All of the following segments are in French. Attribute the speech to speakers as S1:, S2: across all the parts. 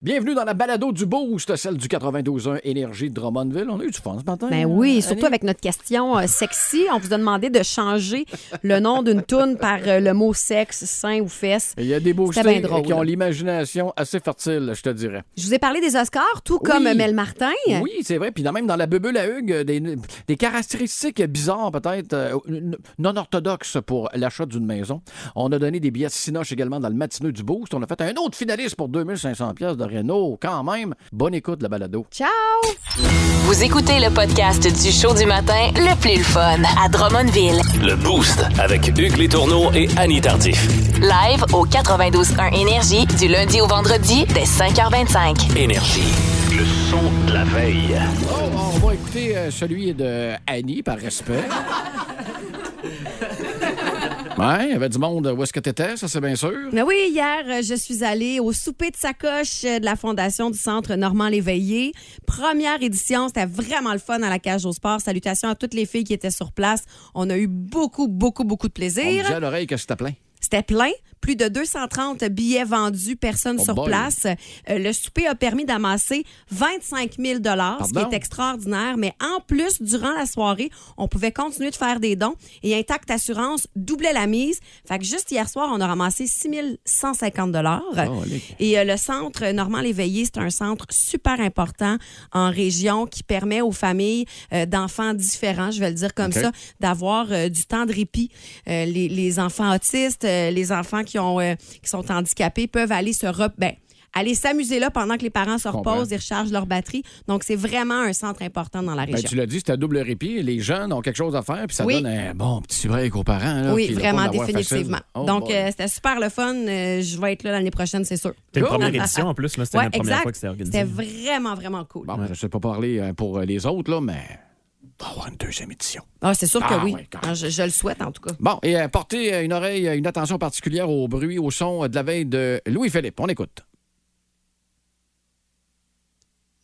S1: Bienvenue dans la balado du Boost, celle du 92.1 Énergie de Drummondville. On a eu du fun ce matin.
S2: Ben oui, surtout avec notre question euh, sexy. On vous a demandé de changer le nom d'une toune par euh, le mot sexe, sein ou fesse.
S1: Il y a des boostés
S2: C'était bien drôle.
S1: qui ont l'imagination assez fertile, je te dirais.
S2: Je vous ai parlé des Oscars, tout comme
S1: Oui.
S2: Mel Martin.
S1: Oui, c'est vrai. Puis dans- même dans la bubule à Hugues, euh, des, des caractéristiques bizarres, peut-être euh, n- non orthodoxes pour l'achat d'une maison. On a donné des billets de Cinoche également dans le matineux du Boost. On a fait un autre finaliste pour 2500 pièces de Renault. Quand même, bonne écoute, la balado.
S2: Ciao!
S3: Vous écoutez le podcast du show du matin le plus le fun à Drummondville.
S4: Le Boost avec Hugues Létourneau et Annie Tardif.
S3: Live au 92.1 Énergie du lundi au vendredi dès 5h25.
S4: Énergie. Le son de la veille.
S1: Oh, on va écouter euh, celui de Annie, par respect. Ouais, il y avait du monde. Où est-ce que t'étais? Ça, c'est bien sûr.
S2: Ben oui, hier, euh, je suis allée au souper de sacoche euh, de la Fondation du Centre Normand Léveillé. Première édition, c'était vraiment le fun à la cage au sport. Salutations à toutes les filles qui étaient sur place. On a eu beaucoup, beaucoup, beaucoup de
S1: On me
S2: plaisir.
S1: dit à l'oreille que c'était plein.
S2: C'était plein. Plus de 230 billets vendus, personne
S1: Oh
S2: sur
S1: boy.
S2: place. Euh, le souper a permis d'amasser 25 000 ce qui
S1: Pardon?
S2: est extraordinaire. Mais en plus, durant la soirée, on pouvait continuer de faire des dons et Intact Assurance doublait la mise. Fait que juste hier soir, on a ramassé 6 150
S1: Oh, allez.
S2: et euh, le centre Normand Léveillé, c'est un centre super important en région qui permet aux familles euh, d'enfants différents, je vais le dire comme
S1: OK.
S2: ça, d'avoir euh, du temps de répit. Euh, les, les enfants autistes, euh, les enfants qui, ont, euh, qui sont handicapés peuvent aller se re- ben, aller s'amuser là pendant que les parents se
S1: Comprends.
S2: reposent et rechargent leur batterie. Donc, c'est vraiment un centre important dans la
S1: Ben,
S2: région.
S1: tu l'as dit, c'était à double répit. Les jeunes ont quelque chose à faire, puis ça
S2: Oui.
S1: donne un bon petit break aux parents. là,
S2: oui,
S1: qui doivent
S2: vraiment,
S1: l'avoir
S2: définitivement.
S1: facile. Oh
S2: Donc,
S1: boy.
S2: euh, c'était super le fun. Euh, je vais être là l'année prochaine, c'est sûr.
S5: C'était une
S1: Cool.
S5: première édition en plus, là. C'était
S2: Ouais,
S5: la première
S2: exact.
S5: fois que c'était organisé.
S2: C'était vraiment, vraiment cool.
S1: Bon, ben, je ne sais pas parler euh, pour euh, les autres, là, mais on va avoir une deuxième édition.
S2: Ah, c'est sûr
S1: Ah,
S2: que oui.
S1: ouais, quand
S2: Ah, je, je le souhaite, en tout cas.
S1: Bon, et euh, portez euh, une oreille, euh, une attention particulière au bruit, au son euh, de la veille de Louis-Philippe. On écoute.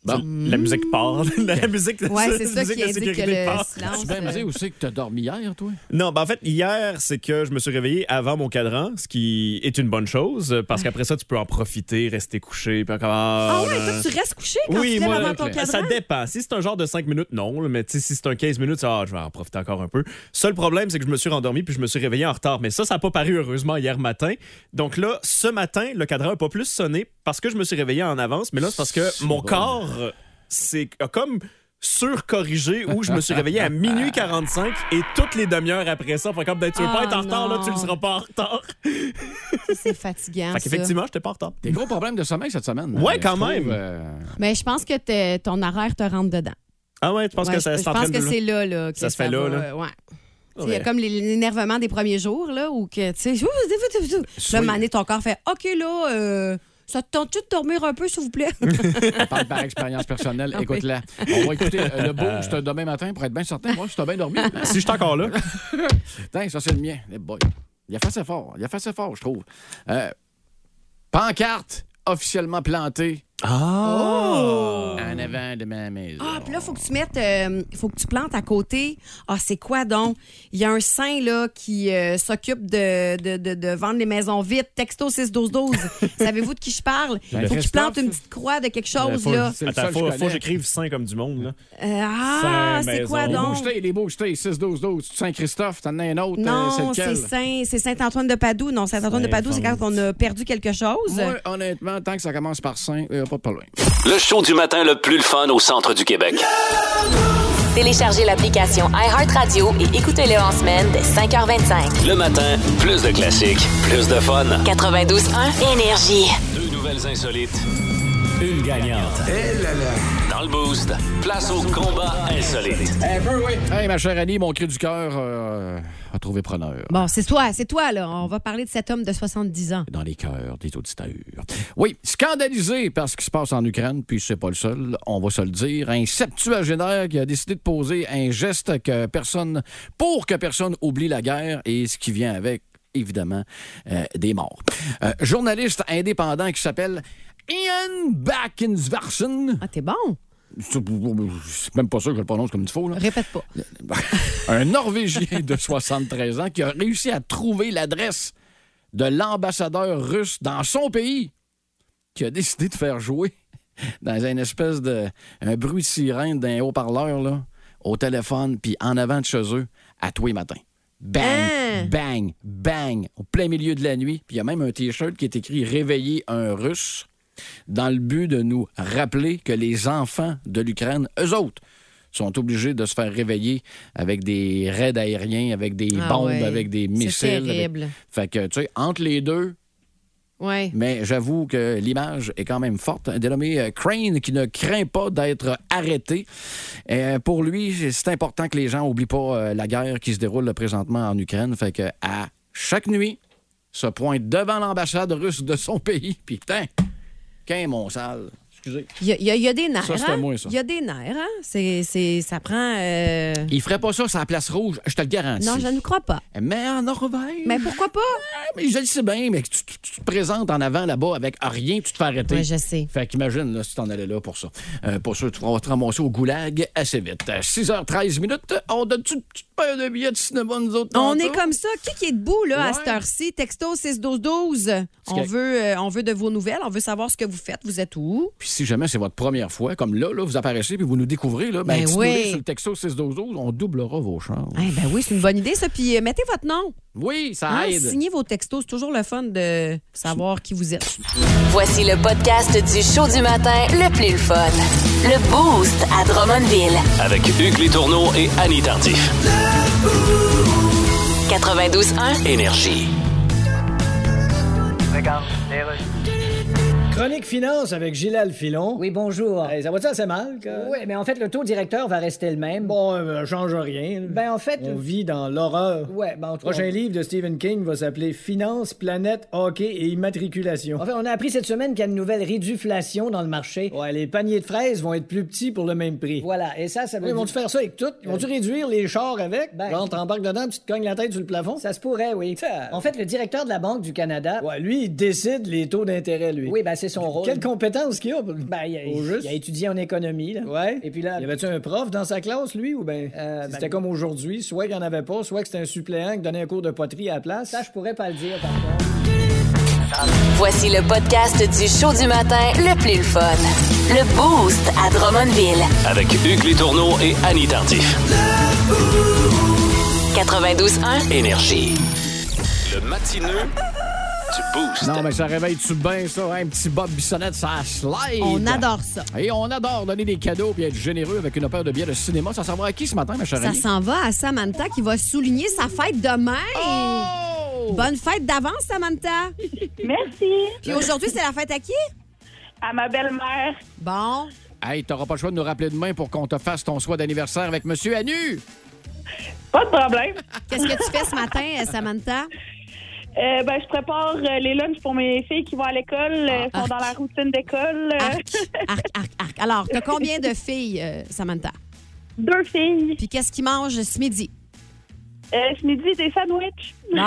S5: Bon, La musique part. la musique,
S2: Ouais, c'est ça
S5: musique
S2: qui
S5: de
S2: indique que
S5: sécurité
S2: le
S5: part.
S1: Tu
S2: silence.
S1: peux me
S2: euh,
S1: dire aussi que tu as dormi hier, toi?
S5: Non, ben en fait, hier, c'est que je me suis réveillé avant mon cadran, ce qui est une bonne chose, euh, parce qu'après ça, tu peux en profiter, rester couché, puis encore. euh,
S2: Ah ouais, toi, tu restes couché quand
S5: oui,
S2: tu te lèves
S5: moi,
S2: avant ton cadran?
S5: ça dépend. Si c'est un genre de 5 minutes, non. là, Mais tu sais, si c'est un 15 minutes, c'est, ah, je vais en profiter encore un peu. Seul problème, c'est que je me suis rendormi puis je me suis réveillé en retard. Mais ça, ça n'a pas paru heureusement hier matin. Donc là, ce matin, le cadran n'a pas plus sonné parce que je me suis réveillé en avance. Mais là, c'est parce que mon
S1: bon.
S5: corps euh, c'est a comme surcorrigé où je me suis réveillé à minuit 45 et toutes les demi-heures après ça. Fait comme, ben, tu veux
S2: Ah,
S5: pas être en retard, là, tu
S2: non.
S5: ne
S2: Ah,
S5: seras pas en retard.
S2: C'est fatigant.
S5: Fait qu'effectivement, j'étais pas en retard.
S1: Des gros problèmes de sommeil cette semaine.
S5: Ouais,
S1: euh,
S5: quand
S1: je trouve,
S5: même.
S1: euh,
S2: ça. Mais je pense que t'es- ton horaire te rentre dedans.
S5: Ah ouais, tu penses
S2: Ouais,
S5: que ça
S2: je, je
S5: c'est en train
S2: pense que
S5: de-
S2: c'est là, là que
S5: Ça se fait là,
S2: va,
S5: là.
S2: euh, ouais. Tu sais, Il y a
S5: Ouais.
S2: comme les- l'énervement des premiers jours, là, où que, tu sais, ouh, ouh, ouh, ouh, ouh.
S1: Soyez-
S2: là, mané, ton corps fait OK, là, euh, ça te tente-tu de dormir un peu, s'il vous plaît?
S1: On parle par expérience
S2: Ah
S1: personnelle. Écoute-la. On va écouter euh, le boost demain matin pour être bien certain. Moi, je t'ai bien dormi.
S5: Si je suis encore là.
S1: Putain, ça, c'est le mien. Eh boy. Il a fait assez fort. Il a fait assez fort, je trouve. Euh, pancarte officiellement plantée
S2: Oh!
S5: Ah!
S1: en avant de ma maison.
S2: Ah, puis là, faut que tu mettes, euh, faut que tu plantes à côté. Ah, c'est quoi donc? Il y a un saint là, qui euh, s'occupe de, de, de- de vendre les maisons vite. Texto 61212. Savez-vous de qui je parle?
S1: Ben,
S2: faut qu'il
S1: Christophe.
S2: plante une petite croix de quelque
S1: Euh,
S2: chose,
S1: faut-
S2: là.
S1: c'est le
S5: Attends,
S1: seul
S5: faut,
S1: que je
S5: faut
S1: connais.
S5: que j'écrive 5 comme du monde. Là.
S2: Euh, ah,
S5: Saint
S2: c'est quoi
S1: Les
S5: maison.
S2: donc?
S1: boostés, les boostés, 6-12-12. Saint-Christophe, t'en as un autre. euh,
S2: Non,
S1: c'est
S2: c'est
S1: lequel?
S2: Saint, c'est Saint-Antoine de Padoue. Non, Saint-Antoine de Padoue, c'est quand on a perdu quelque chose.
S1: Moi, honnêtement, tant que ça commence par Saint, euh, pas de problème.
S4: Le show du matin le plus le fun au centre du Québec.
S3: Téléchargez l'application iHeartRadio et écoutez-le en semaine dès 5h25.
S4: Le matin, plus de classiques, plus de fun.
S3: 92.1 Énergie.
S4: Deux nouvelles insolites, une gagnante. Dans le Boost, place au combat insolite.
S1: Hey, ma chère Annie, mon cri du cœur euh, a trouvé preneur.
S2: Bon, c'est toi, c'est toi, là. On va parler de cet homme de 70 ans.
S1: dans les cœurs des auditeurs. Oui, scandalisé par ce qui se passe en Ukraine, puis c'est pas le seul, on va se le dire, un septuagénaire qui a décidé de poser un geste que personne, pour que personne oublie la guerre et ce qui vient avec, évidemment, euh, des morts. Euh, journaliste indépendant qui s'appelle Ian Backensvarsen.
S2: Ah, t'es bon?
S1: C'est même pas sûr que je le prononce comme il faut. Là.
S2: Répète pas.
S1: Un Norvégien de 73 ans qui a réussi à trouver l'adresse de l'ambassadeur russe dans son pays qui a décidé de faire jouer dans une espèce de un bruit de sirène d'un haut-parleur là, au téléphone, puis en avant de chez eux, à tous les matins. Bang,
S2: Hein?
S1: bang, bang, au plein milieu de la nuit. Puis il y a même un T-shirt qui est écrit Réveiller un Russe dans le but de nous rappeler que les enfants de l'Ukraine, eux autres, sont obligés de se faire réveiller avec des raids aériens, avec des
S2: Ah
S1: bombes,
S2: ouais.
S1: avec des
S2: C'est
S1: missiles. avec-
S2: terrible.
S1: Fait que, tu sais, entre les deux,
S2: Ouais.
S1: mais j'avoue que l'image est quand même forte. Un dénommé euh, Crane qui ne craint pas d'être arrêté. Euh, pour lui, c'est important que les gens n'oublient pas euh, la guerre qui se déroule présentement en Ukraine. Fait que à chaque nuit, se pointe devant l'ambassade russe de son pays. Puis, tiens, qu'un mon sale. Excusez.
S2: Il y, a- il y a- il y a des nerfs.
S1: Ça, c'est à
S2: hein?
S1: moi, ça.
S2: Il y a des nerfs. Hein? C'est, c'est- ça prend. euh,
S1: Il ferait pas ça sur la place rouge, je te le garantis.
S2: Non, je ne crois pas.
S1: Mais en Norvège.
S2: Mais pourquoi pas?
S1: Ah, Mais je le sais bien, mais tu, tu- tu te présentes en avant là-bas avec rien, tu te fais arrêter.
S2: Ouais, je sais.
S1: Fait qu'imagine là, si t'en allais là pour ça. Euh, pour ça, tu vas te ramasser au goulag assez vite. Euh, À 6h13 minutes, on donne-tu une petite paire de billets de cinéma, nous autres?
S2: On
S1: tantôt?
S2: est comme ça. Qui qui est debout là, à
S1: Ouais.
S2: cette heure-ci? Texto 6-12-12. On,
S1: correct.
S2: veut, euh, on veut de vos nouvelles. On veut savoir ce que vous faites. Vous êtes où?
S1: Puis si jamais c'est votre première fois, comme là, là vous apparaissez puis vous nous découvrez, là, ben,
S2: Ben
S1: dites-nous
S2: oui.
S1: sur le texto 61212, on doublera vos chances.
S2: Eh ben oui, c'est une bonne idée, ça. Puis euh, mettez votre nom.
S1: Oui, ça
S2: Hein?
S1: aide.
S2: Signez vos textos. C'est toujours le fun de savoir qui vous êtes.
S3: Voici le podcast du show du matin le plus le fun. Le Boost à Drummondville.
S4: Avec Hugues Létourneau et Annie Tardif.
S3: 92.1.
S4: Énergie.
S6: Chronique finance avec Gilal Filon.
S7: Oui, bonjour.
S6: Hey, ça va-tu assez mal? que-
S7: Oui, mais en fait, le taux directeur va rester le même.
S6: Bon, euh, euh, change rien. là.
S7: Ben, en fait,
S6: On
S7: euh,
S6: vit dans l'horreur.
S7: Ouais, ben, en
S6: Le
S7: tout cas,
S6: prochain
S7: on-
S6: livre de Stephen King va s'appeler Finance, Planète, Hockey et Immatriculation.
S7: En fait, on a appris cette semaine qu'il y a une nouvelle réduflation dans le marché.
S6: Ouais, les paniers de fraises vont être plus petits pour le même prix.
S7: Voilà, et ça, ça veut
S6: Ils vont-tu
S7: dire...
S6: faire ça avec tout? Ils vont-tu réduire les chars avec?
S7: Euh, Ben-
S6: Genre, t'embarques dedans, puis tu te cognes la tête sur le plafond?
S7: Ça se pourrait, oui.
S6: Ça-
S7: En fait, le directeur de la Banque du Canada...
S6: Ouais, lui, il décide les taux d'intérêt, lui.
S7: Oui, ben, c'est son rôle.
S6: Quelle compétence qu'il a? pour-
S7: Ben, il a,
S6: Au juste?
S7: il a étudié en économie, là.
S6: Ouais.
S7: Et puis là-
S6: Y avait-tu un prof dans sa classe, lui, ou bien.
S7: Euh, ben-
S6: c'était comme aujourd'hui, soit il n'y en avait pas, soit que c'était un suppléant qui donnait un cours de poterie à la place.
S7: Ça, je pourrais pas le dire, par contre.
S3: Voici le podcast du show du matin le plus le fun. Le Boost à Drummondville.
S4: Avec Hugues Létourneau et Annie Tardif.
S3: 92.1.
S4: Énergie. Le matineux du Boost.
S1: Non, mais ça réveille-tu bien, ça? hein? Un petit Bob Bissonnette, ça slide.
S2: On adore ça.
S1: Et on adore donner des cadeaux puis être généreux avec une paire de billets de cinéma. Ça s'en va à qui ce matin, ma chère
S2: Ça
S1: Annie?
S2: s'en va à Samantha qui va souligner sa fête demain.
S1: Oh!
S2: Bonne fête d'avance, Samantha.
S8: Merci
S2: Puis aujourd'hui, c'est la fête à qui?
S8: à ma belle-mère.
S2: Bon.
S1: Hey, t'auras pas le choix de nous rappeler demain pour qu'on te fasse ton soin d'anniversaire avec Monsieur Anu.
S8: Pas de problème.
S2: Qu'est-ce que tu fais ce matin, euh, Samantha?
S8: Euh, ben, je prépare euh, les lunchs pour mes filles qui vont à l'école, euh,
S2: Ah,
S8: sont dans la
S2: arc.
S8: routine d'école. Euh,
S9: Ah.
S2: Arc, arc, arc, arc. Alors, t'as combien de filles, euh, Samantha?
S8: Deux filles.
S2: Puis qu'est-ce qu'ils mangent ce midi?
S8: Euh, ce midi, des sandwichs.
S2: Bon.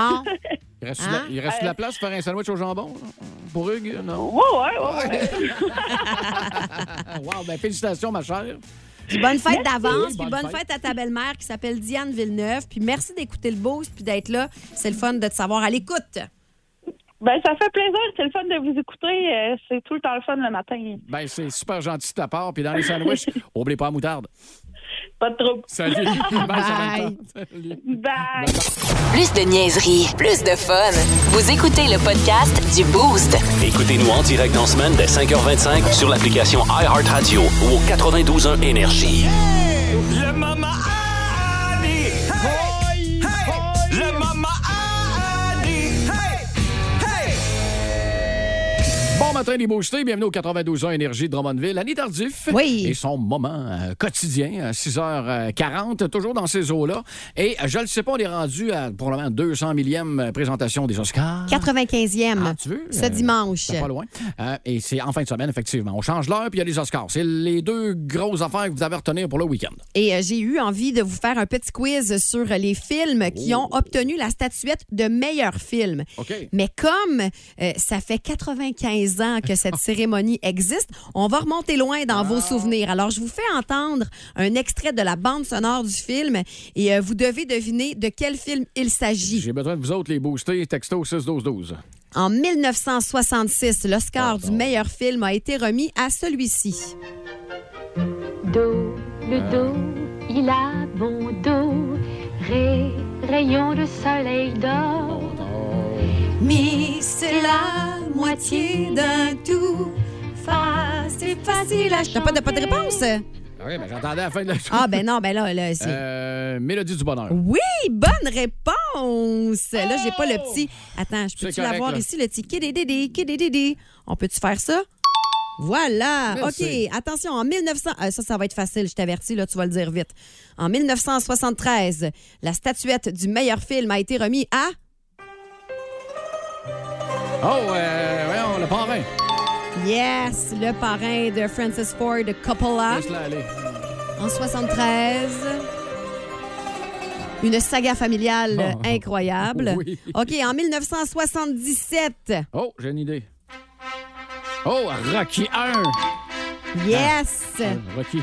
S1: Il reste,
S2: Hein?
S1: la, il reste la place pour faire un sandwich au jambon? là? Pour Hugues, Euh. non?
S8: Ouais, ouais, ouais, ouais.
S1: Ah, wow, ben félicitations, ma chère.
S2: Puis bonne fête d'avance, puis
S1: Oui, bonne
S2: bonne
S1: fête.
S2: fête à ta belle-mère qui s'appelle Diane Villeneuve. Puis merci d'écouter le boost, puis d'être là. C'est le fun de te savoir à l'écoute.
S1: Ah.
S8: Ben, ça fait plaisir. C'est le fun de vous écouter. Euh, c'est tout le temps le fun le matin.
S1: Ben, c'est super gentil de ta part. Puis dans les sandwichs, oublie pas la moutarde.
S8: Pas de trouble.
S1: Salut. Bye, Samantha. Salut.
S8: Bye.
S3: Plus de niaiserie, plus de fun. Vous écoutez le podcast du Boost.
S4: Écoutez-nous en direct en semaine dès 5h25 sur l'application iHeartRadio ou au 92.1 Énergie. Le Mama Annie!
S1: Hey! Hey!
S4: Le Mama Annie!
S1: Bon matin, les boostés. Bienvenue au 92 ans Énergie de Drummondville. Annie Tardif.
S2: Oui.
S1: Et son moment euh, quotidien à 6h40, toujours dans ces eaux-là. Et euh, je le sais pas, on est rendu à probablement 200 millième euh, présentation des Oscars.
S2: 95e.
S1: Ah, tu veux?
S2: Ce
S1: Euh,
S2: dimanche.
S1: C'est pas loin. Euh, et c'est en fin de semaine, effectivement. On change l'heure, puis il y a les Oscars. C'est les deux grosses affaires que vous avez à retenir pour le week-end.
S2: Et euh, j'ai eu envie de vous faire un petit quiz sur euh, les films qui ont obtenu la statuette de meilleur film.
S1: OK.
S2: Mais comme euh, ça fait 95 ans que cette cérémonie existe, on va remonter loin dans vos souvenirs. Alors, je vous fais entendre un extrait de la bande sonore du film et euh, vous devez deviner de quel film il s'agit.
S1: J'ai besoin de vous autres, les boostés. Texto 6-12-12.
S2: En 1966, l'Oscar du meilleur film a été remis à celui-ci.
S10: Do, le dos, il a bon dos. Ré, rayon de soleil d'or.
S2: Mi, c'est la moitié d'un tout. Fa, c'est facile à T'as pas de, pas de réponse?
S1: OK, ben j'entendais la fin de la chose.
S2: Ah, ben non, ben là, là c'est...
S1: Euh, Mélodie du bonheur.
S2: Oui, bonne réponse. Là, j'ai pas le petit. Attends, je
S1: Oh! C'est
S2: peux-tu
S1: correct,
S2: l'avoir
S1: là.
S2: ici, le petit kidididi, kidididi? On peut-tu faire ça? Voilà.
S1: Merci.
S2: OK, attention, en 1900... euh, ça, ça va être facile, je t'avertis, là, tu vas le dire vite. En 1973, la statuette du meilleur film a été remise à...
S1: Oh, euh, voyons, le parrain.
S2: Yes, le parrain de Francis Ford Coppola
S1: Laisse-la aller.
S2: en 73. Une saga familiale
S1: Oh.
S2: incroyable.
S1: Oui.
S2: OK, en 1977,
S1: Oh, j'ai une idée. Oh, Rocky 1.
S2: Yes!
S1: Rocky.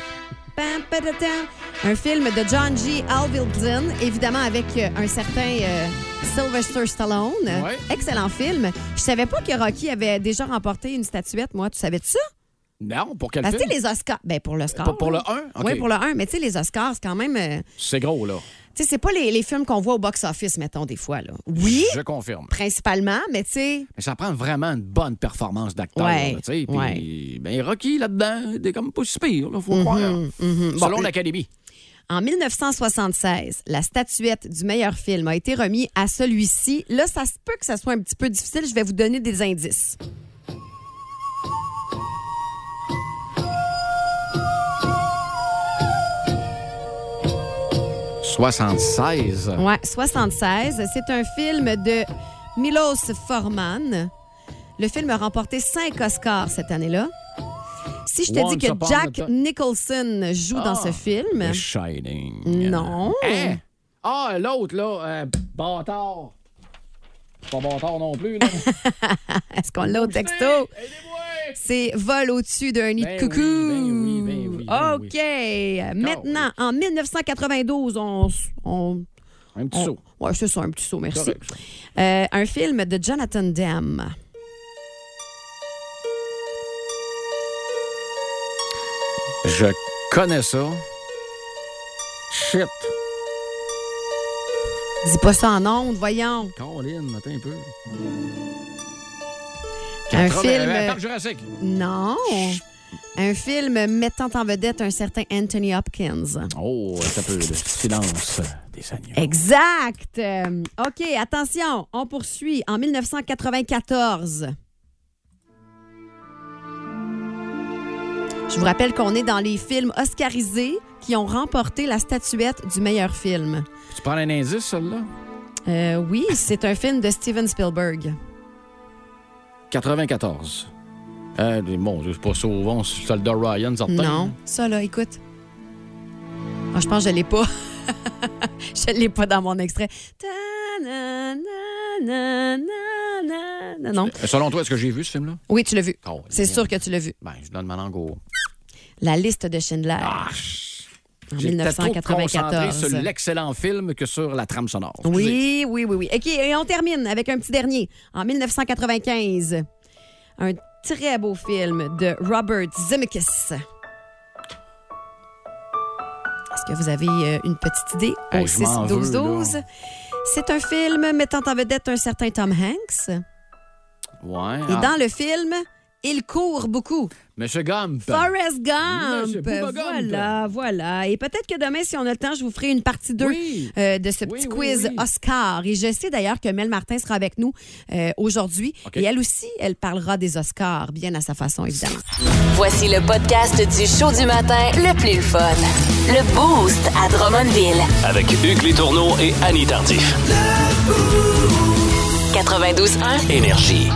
S2: Pam, patatam. Un film de John G. Alvildsen, évidemment avec euh, un certain euh, Sylvester Stallone.
S1: Ouais.
S2: Excellent film. Je savais pas que Rocky avait déjà remporté une statuette, moi. Tu savais de ça?
S1: Non, pour quel
S2: Parce que tu
S1: film?
S2: sais, les Oscars. Ben, pour le score.
S1: Pour- pour le un? OK.
S2: Oui, pour le 1. Mais tu sais, les Oscars, c'est quand même. euh,
S1: C'est gros, là.
S2: tu sais, c'est pas les, les films qu'on voit au box-office, mettons, des fois, là. Oui,
S1: Je confirme.
S2: principalement, mais tu sais.
S1: Mais ça prend vraiment une bonne performance d'acteur.
S2: Ouais,
S1: là, tu sais. Puis,
S2: ouais.
S1: ben, Rocky, là-dedans, t'es comme pas si pire, là, faut croire.
S2: mhm.
S1: Selon
S2: Bon,
S1: l'Académie.
S2: En 1976, la statuette du meilleur film a été remise à celui-ci. Là, ça se peut que ça soit un petit peu difficile. Je vais vous donner des indices.
S1: « 76.
S2: Ouais, 76. C'est un film de Milos Forman. Le film a remporté cinq Oscars cette année-là. Si je te
S1: Once
S2: dis que
S1: upon a
S2: Jack
S1: time. Ah,
S2: Nicholson joue dans ce film,
S1: The Shining.
S2: Non.
S1: Hein? Ah, l'autre, là, euh, bâtard. C'est Pas bâtard non plus, là.
S2: est-ce qu'on l'a au texto? C'est Vol au-dessus d'un nid
S1: Ben
S2: de coucou.
S1: oui, ben oui, ben oui, ben oui.
S2: OK. Maintenant, en 1992, on, s- on
S1: Un petit
S2: On-
S1: saut.
S2: Ouais, c'est ça, un petit saut, merci.
S1: Correct.
S2: Euh, un film de Jonathan Demme.
S1: Je connais ça. Shit.
S2: Dis pas ça en ondes, voyons.
S1: Caroline, attends un peu.
S2: Un
S1: Quatre-
S2: film.
S1: Euh, Parc Jurassique.
S2: Non. Un film mettant en vedette un certain Anthony Hopkins.
S1: Oh, ça peut. Le silence euh, des agneaux.
S2: Exact. Euh, OK, attention, on poursuit. En 1994. Je vous rappelle qu'on est dans les films oscarisés qui ont remporté la statuette du meilleur film.
S1: Tu prends un indice, celle-là?
S2: Euh, oui, c'est un film de Steven Spielberg.
S1: 94. Euh, bon, c'est pas Sauvon, c'est soldat Ryan, certain.
S2: Non. Ça, là, écoute. Ah, je pense que je l'ai pas. je l'ai pas dans mon extrait. Ta na na na na na na. Non.
S1: Euh, Selon toi, est-ce que j'ai vu ce film-là?
S2: Oui, tu l'as vu.
S1: Oh,
S2: C'est
S1: bien.
S2: sûr que tu l'as vu.
S1: Ben, je donne ma langue au.
S2: La liste de Schindler
S1: Ah,
S2: en
S1: J'étais trop concentré
S2: 1994.
S1: sur l'excellent film que sur la trame sonore.
S2: Oui,
S1: Excusez.
S2: oui, oui, oui. OK, et on termine avec un petit dernier. En 1995, un très beau film de Robert Zemeckis. Est-ce que vous avez euh, une petite idée au
S1: Hey, je m'en veux,
S2: 6 12 12
S1: là.
S2: C'est un film mettant en vedette un certain Tom Hanks.
S1: Ouais.
S2: Et
S1: ah,
S2: dans le film, il court beaucoup.
S1: Monsieur Gump.
S2: Forrest
S1: Monsieur
S2: Gump.
S1: Booba Gump.
S2: Voilà, voilà. Et peut-être que demain, si on a le temps, je vous ferai une partie 2
S1: Oui.
S2: euh, de ce
S1: Oui,
S2: petit
S1: oui,
S2: quiz
S1: oui.
S2: Oscar. Et je sais d'ailleurs que Mel Martin sera avec nous euh, aujourd'hui.
S1: OK.
S2: Et elle aussi, elle parlera des Oscars, bien à sa façon, évidemment.
S3: Voici le podcast du show du matin le plus fun. Le Boost à Drummondville.
S4: Avec Hugues Létourneau et Annie Tardif.
S3: 92.1.
S4: Énergie.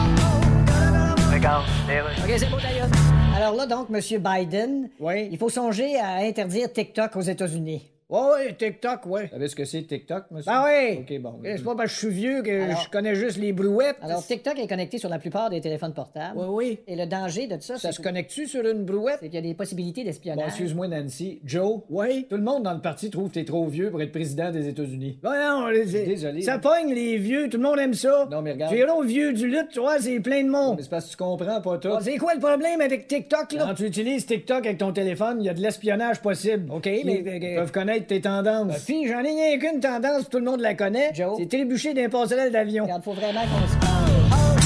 S7: Alors là, donc, M. Biden,
S6: Oui.
S11: Hein?
S7: il faut songer à interdire TikTok aux États-Unis. Ouais, ouais, TikTok, ouais.
S6: Vous savez ce que c'est TikTok, monsieur?
S7: Ben oui!
S6: OK, bon.
S7: C'est pas parce que je suis vieux que
S6: Alors-
S7: je connais juste les brouettes.
S11: Alors, TikTok est connecté sur la plupart des téléphones portables.
S7: Oui, oui.
S11: Et le danger de tout ça,
S7: Ça
S11: c'est
S7: se
S11: que-
S7: connecte-tu sur une brouette?
S11: c'est qu'il y a des possibilités
S6: Bon,
S11: d'espionnage.
S6: excuse-moi, Nancy. Joe? Oui? Tout le monde dans le parti trouve que t'es trop vieux pour être président des États-Unis.
S7: Ben non, les-
S6: Désolé. hein.
S7: Ça pogne, les vieux, tout le monde aime ça.
S6: Non, mais regarde.
S7: J'irai aux vieux du lutte, tu vois, c'est plein de monde.
S6: Mais c'est parce que tu comprends pas tout.
S7: Ah, c'est quoi le problème avec TikTok, là?
S6: Quand tu utilises TikTok avec ton téléphone, il y a de l'espionnage possible.
S7: OK,
S6: Ils
S7: mais- mais-
S6: peuvent connaître tes tendances.
S7: Fille, j'en ai rien qu'une tendance, tout le monde la connaît.
S11: Joe.
S7: C'est trébucher d'un passerelle d'avion.
S11: Regarde, faut vraiment qu'on se parle.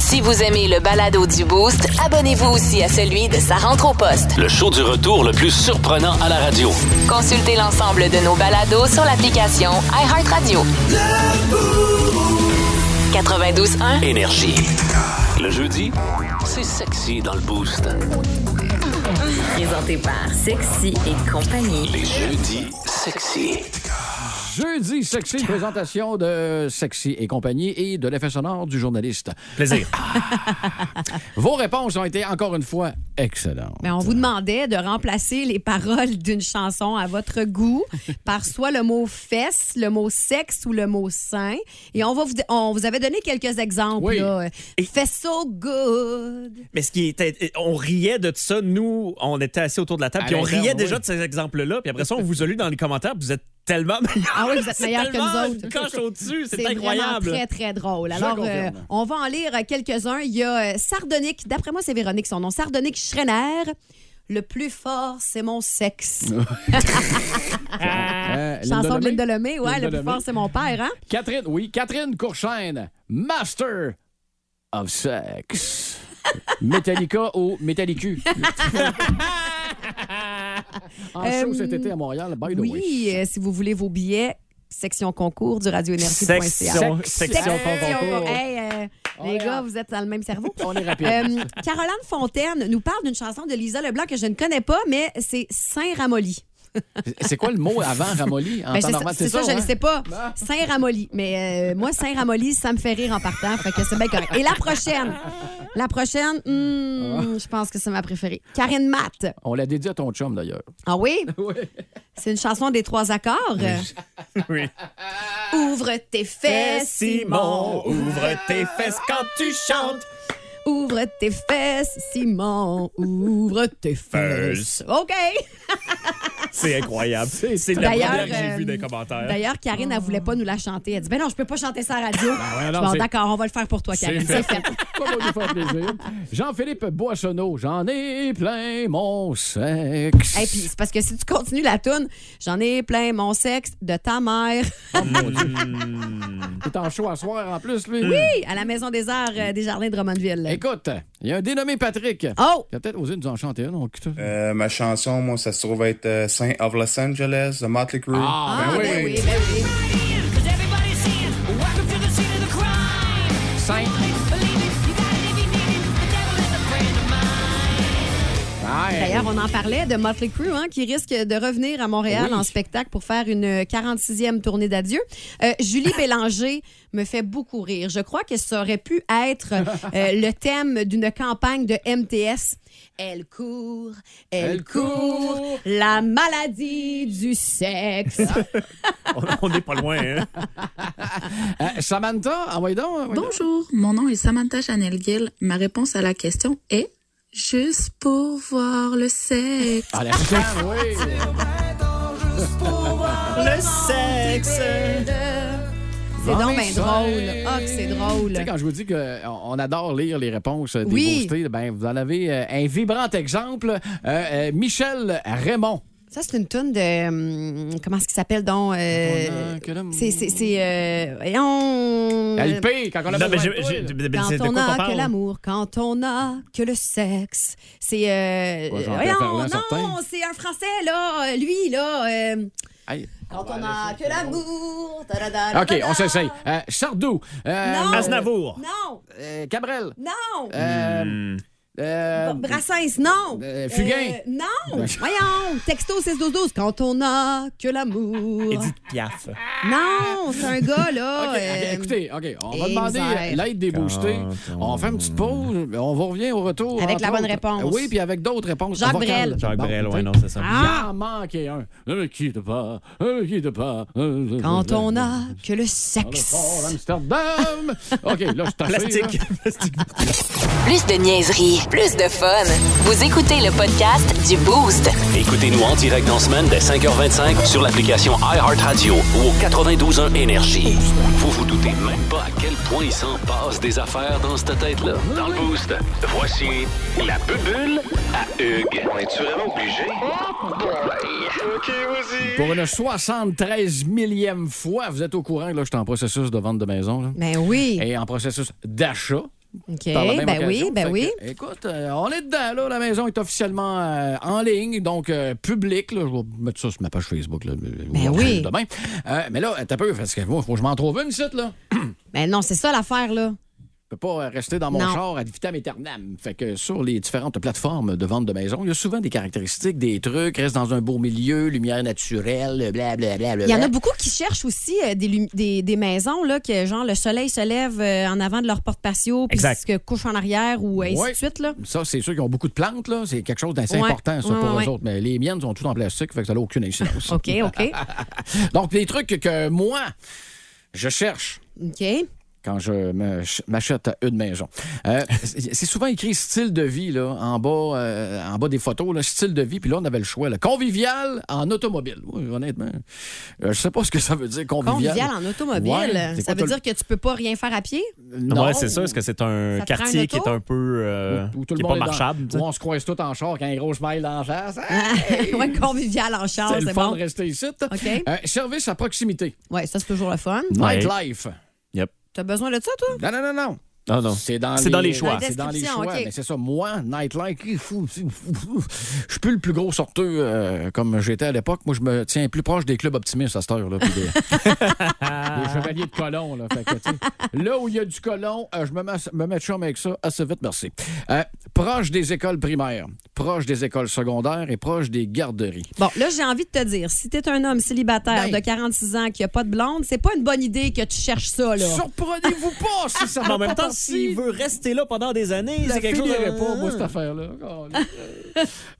S3: Si vous aimez le balado du Boost, abonnez-vous aussi à celui de Sa rentre au poste.
S4: Le show du retour le plus surprenant à la radio.
S3: Consultez l'ensemble de nos balados sur l'application iHeartRadio. 92.1,
S4: Énergie. Le jeudi, c'est sexy dans le boost.
S12: Présenté par Sexy et compagnie.
S4: Les jeudis, sexy.
S1: Jeudi, sexy, une présentation de Sexy et compagnie et de l'effet sonore du journaliste.
S5: Plaisir.
S1: Ah! Vos réponses ont été encore une fois excellentes.
S2: Mais on vous demandait de remplacer les paroles d'une chanson à votre goût par soit le mot fesse, le mot sexe ou le mot sein. Et on, va vous, on vous avait donné quelques exemples.
S1: Oui.
S2: là.
S5: Et-
S2: Fais so good.
S5: Mais ce qui était. On riait de ça. Nous, on était assis autour de la table.
S1: À
S5: Puis on
S1: l'interne,
S5: riait
S1: oui.
S5: déjà de ces exemples-là. Puis après ça, on vous a lu dans les commentaires. puis vous êtes tellement meilleurs.
S2: Ah oui, vous êtes
S5: C'est
S2: meilleurs que
S5: tellement
S2: nous
S5: une
S2: autres.
S5: coche au-dessus. C'est
S2: vraiment
S5: incroyable.
S2: très, très drôle.
S1: Je
S2: Alors,
S1: confirme.
S2: euh, on va en lire quelques-uns. Il y a euh, Sardonic, d'après moi, c'est Véronique son nom. Sardonic Schreiner. Le plus fort, c'est mon sexe.
S1: Euh, Linda
S2: Ah. Chanson de
S1: Lemay?
S2: Linda Lemay, ouais,
S1: Linda
S2: le plus
S1: Lemay.
S2: fort, c'est mon père, hein?
S1: Catherine, oui, Catherine Courchaine, Master of Sex. Metallica ou Metallicu. en show
S2: Euh,
S1: cet été à Montréal, by the way.
S2: Oui, euh, si vous voulez vos billets, section concours du radioénergie.ca.
S5: Section, section concours.
S2: Hey, euh, les gars, vous êtes dans le même cerveau.
S1: On est rapide.
S2: Euh, Caroline Fontaine nous parle d'une chanson de Lisa Leblanc que je ne connais pas, mais c'est Saint-Ramolli.
S1: C'est quoi le mot avant Ramolli
S2: Ben,
S1: en temps
S2: c'est ça,
S1: normal?
S2: c'est ça, je ne
S1: hein?
S2: sais pas. Saint-Ramolli. Mais euh, moi, Saint-Ramolli, ça me fait rire en partant. Fait que c'est bien correct. Et la prochaine. La prochaine, hmm, je pense que c'est ma préférée. Karine Matt.
S1: On l'a dédié à ton chum, d'ailleurs.
S2: Ah oui? C'est une chanson des trois accords.
S5: Oui.
S2: Ouvre tes
S5: Fais,
S2: fesses, Simon.
S5: ouvre tes fesses quand tu chantes.
S2: Ouvre tes fesses, Simon. Ouvre tes fesses. OK.
S5: C'est incroyable. C'est la
S2: D'ailleurs,
S5: première que j'ai vue
S2: euh,
S5: des commentaires.
S2: D'ailleurs, Karine, elle voulait pas nous la chanter. Elle dit Ben non, je peux pas chanter ça à la radio.
S1: ouais, non,
S2: Bon,
S1: c'est-
S2: d'accord, on va le faire pour toi, Karine. C'est fait.
S1: Pas pour nous faire plaisir. Jean-Philippe Boissonneau, j'en ai plein mon sexe.
S2: Et puis, c'est parce que si tu continues la toune, j'en ai plein mon sexe de ta mère.
S1: Oh, Il est en show à soir en plus, lui.
S2: Hey, à la Maison des Arts euh, des Jardins de Drummondville.
S1: Écoute, il y a un dénommé Patrick.
S2: Oh!
S1: Il a peut-être osé nous en chanter une. on quitte ça.
S12: ma chanson, moi, ça se trouve être euh, Saint of Los Angeles, The Motley Crue.
S1: Ah,
S2: Ah, ben oui, ben oui.
S1: Saint. Ah, hey.
S2: D'ailleurs, on en parlait de Motley Crue, hein, qui risque de revenir à Montréal en spectacle pour faire une 46e tournée d'adieu. Euh, Julie Bélanger me fait beaucoup rire. Je crois que ça aurait pu être euh, le thème d'une campagne de MTS. Elle court, elle,
S1: Elle
S2: court,
S1: court.
S2: la maladie du sexe.
S5: On n'est pas loin. Hein?
S1: Euh, Samantha, envoyez donc. hein, envoyez donc.
S12: Bonjour, mon nom est Samantha Chanel Gill. Ma réponse à la question est juste pour voir le sexe.
S1: Ah, la chicane, oui.
S5: Le sexe.
S2: C'est donc bien drôle. Ah, que c'est
S1: Tu sais,
S2: drôle.
S1: quand je vous dis qu'on adore lire les réponses des
S2: Oui.
S1: boostés, ben, vous en avez euh, un vibrant exemple. Euh, euh, Michel Raymond.
S2: Ça, c'est une toune de. hum, comment est-ce qu'il s'appelle donc? euh, c'est. c'est- euh, c'est, euh, voyons.
S1: LP, Ah, quand on a
S5: Non, mais
S1: besoin
S5: j'ai-
S1: de toi,
S5: j'ai-
S1: là.
S5: mais
S2: Quand
S5: c'est de
S2: on
S5: quoi qu'on
S2: a que
S5: parle?
S2: l'amour, quand on a que le sexe, c'est... euh,
S1: Quoi, Jean-Pierre
S2: voyons,
S1: Ferland, certain?
S2: non, c'est un Français, là, euh, lui, là. euh,
S5: Ah,
S1: Hey.
S2: quand on a que l'amour... ta-da-da-da-da-da.
S1: OK, on s'essaye. Euh, Sardou. Euh,
S2: Non.
S5: Aznavour.
S2: Non,
S1: euh, Cabrel.
S5: Hmm.
S2: non.
S1: Euh, Euh,
S2: Brassens, non.
S1: Euh, Fugain. Ben,
S2: Euh, non. Voyons. Texto 61212. Quand on a que l'amour.
S1: Piaf.
S2: Non, c'est un gars, là. euh,
S1: Écoutez, OK, on va
S2: Et
S1: demander
S2: misère.
S1: l'aide des boostés. On fait une petite pause, on vous revient au retour.
S2: Avec la
S1: entre
S2: bonne
S1: autres.
S2: réponse.
S1: Oui, puis avec d'autres réponses.
S2: Jacques
S1: vocales.
S2: Brel.
S5: Jacques
S1: Bon, Ah!
S5: Brel, ouais,
S1: t'sais,
S5: non, c'est ça.
S2: Ah!
S1: Il en manquait un. Ne me quitte pas, ne me quitte pas.
S2: Quand on a que le sexe.
S1: Oh, Amsterdam! OK, là, je t'achète.
S5: Plastique.
S3: Plus de niaiserie, plus de fun. Vous écoutez le podcast du Boost.
S4: Écoutez-nous en direct dans la semaine dès 5h25 sur l'application iHeartRadio ou au 921 Énergie. Vous vous doutez même pas à quel point il s'en passe des affaires dans cette tête-là. Dans le boost, voici la bubule à Hugues. On est-tu vraiment obligé? OK, vas-y.
S1: Pour une 73 millième fois, vous êtes au courant que là, je suis en processus de vente de maison. Là.
S2: Ben oui.
S1: Et en processus d'achat.
S2: OK.
S1: par la même
S2: Ben oui,
S1: occasion.
S2: ben
S1: Fait
S2: oui.
S1: que, écoute, euh, on est dedans, là. La maison est officiellement euh, en ligne, donc euh, publique. là. Je vais mettre ça sur ma page Facebook, là.
S2: Ben oui.
S1: Demain. Euh, mais là, t'as peu, parce que moi, faut que je m'en trouve une, site, là.
S2: Ben non, c'est ça l'affaire, là.
S1: Je peux pas euh, rester dans mon
S2: Non.
S1: char ad vitam aeternam. Fait que sur les différentes plateformes de vente de maison, il y a souvent des caractéristiques, des trucs, reste dans un beau milieu, lumière naturelle, blablabla.
S2: Il y en a beaucoup qui cherchent aussi euh, des, lumi- des, des maisons, là, que genre le soleil se lève euh, en avant de leur porte-patio, puis
S1: Exact.
S2: se couche en arrière ou euh, ainsi
S1: Ouais.
S2: de suite, là.
S1: Ça, c'est sûr qu'ils ont beaucoup de plantes, là. C'est quelque chose d'assez
S2: Ouais.
S1: important, ça,
S2: Ouais,
S1: pour
S2: ouais,
S1: eux
S2: ouais.
S1: autres. Mais les miennes sont toutes en plastique, fait que ça n'a aucune incidence.
S2: OK, OK.
S1: Donc, les trucs que moi, je cherche
S2: OK.
S1: quand je me- m'achète une maison. Euh, c'est c'est souvent écrit style de vie, là, en bas, euh, en bas des photos, là, style de vie, puis là, on avait le choix. là. Convivial en automobile. Oui, honnêtement, euh, je sais pas ce que ça veut dire, convivial.
S2: Convivial en automobile,
S1: Ouais, c'est
S2: ça
S1: quoi,
S2: veut
S1: tout
S2: dire que tu peux pas rien faire à pied?
S1: Non.
S5: Ouais, c'est ça. Est-ce que c'est un
S2: Ça te prend
S5: quartier
S2: un
S5: qui est
S2: auto?
S5: un peu. euh,
S1: Où
S5: qui
S1: tout le
S5: est
S1: monde
S5: pas
S1: est dans-
S5: marchable. tu sais?
S1: où on se croise tout en char quand il y a une grosse maille dans la face. Ah,
S2: ouais, convivial en char,
S1: C'est le
S2: c'est
S1: fun
S2: bon.
S1: de rester ici.
S2: OK.
S1: Euh, service à proximité.
S2: Ouais, ça, c'est toujours le fun.
S1: Nightlife.
S5: Yep.
S2: T'as besoin de ça, toi?
S1: Non, non, non, non.
S5: Non, non.
S1: C'est dans,
S5: C'est dans les choix.
S1: C'est dans les
S2: Description,
S1: choix.
S2: ok.
S1: Mais c'est ça, moi, Nightlife, qui fou, fou, fou, fou. je suis plus le plus gros sorteux euh, comme j'étais à l'époque. Moi, je me tiens plus proche des clubs optimistes à cette heure-là. puis Des, des chevaliers de colon. Là, Fait que, tu sais, là où il y a du colon, euh, je me mets, me mets de chum avec ça assez vite, merci. Euh, proche des écoles primaires, proche des écoles secondaires et proche des garderies.
S2: Bon, là, j'ai envie de te dire, si t'es un homme
S1: Ben.
S2: célibataire de 46 ans qui a pas de blonde, c'est pas une bonne idée que tu cherches ça, là.
S1: Surprenez-vous pas si ça
S5: Mais en
S1: va
S5: même
S1: pas
S5: temps,
S1: partir.
S5: s'il veut rester là pendant des années,
S1: La
S5: c'est quelque
S1: fille
S5: chose.
S1: n'irait pas, moi, cette affaire-là. Oh,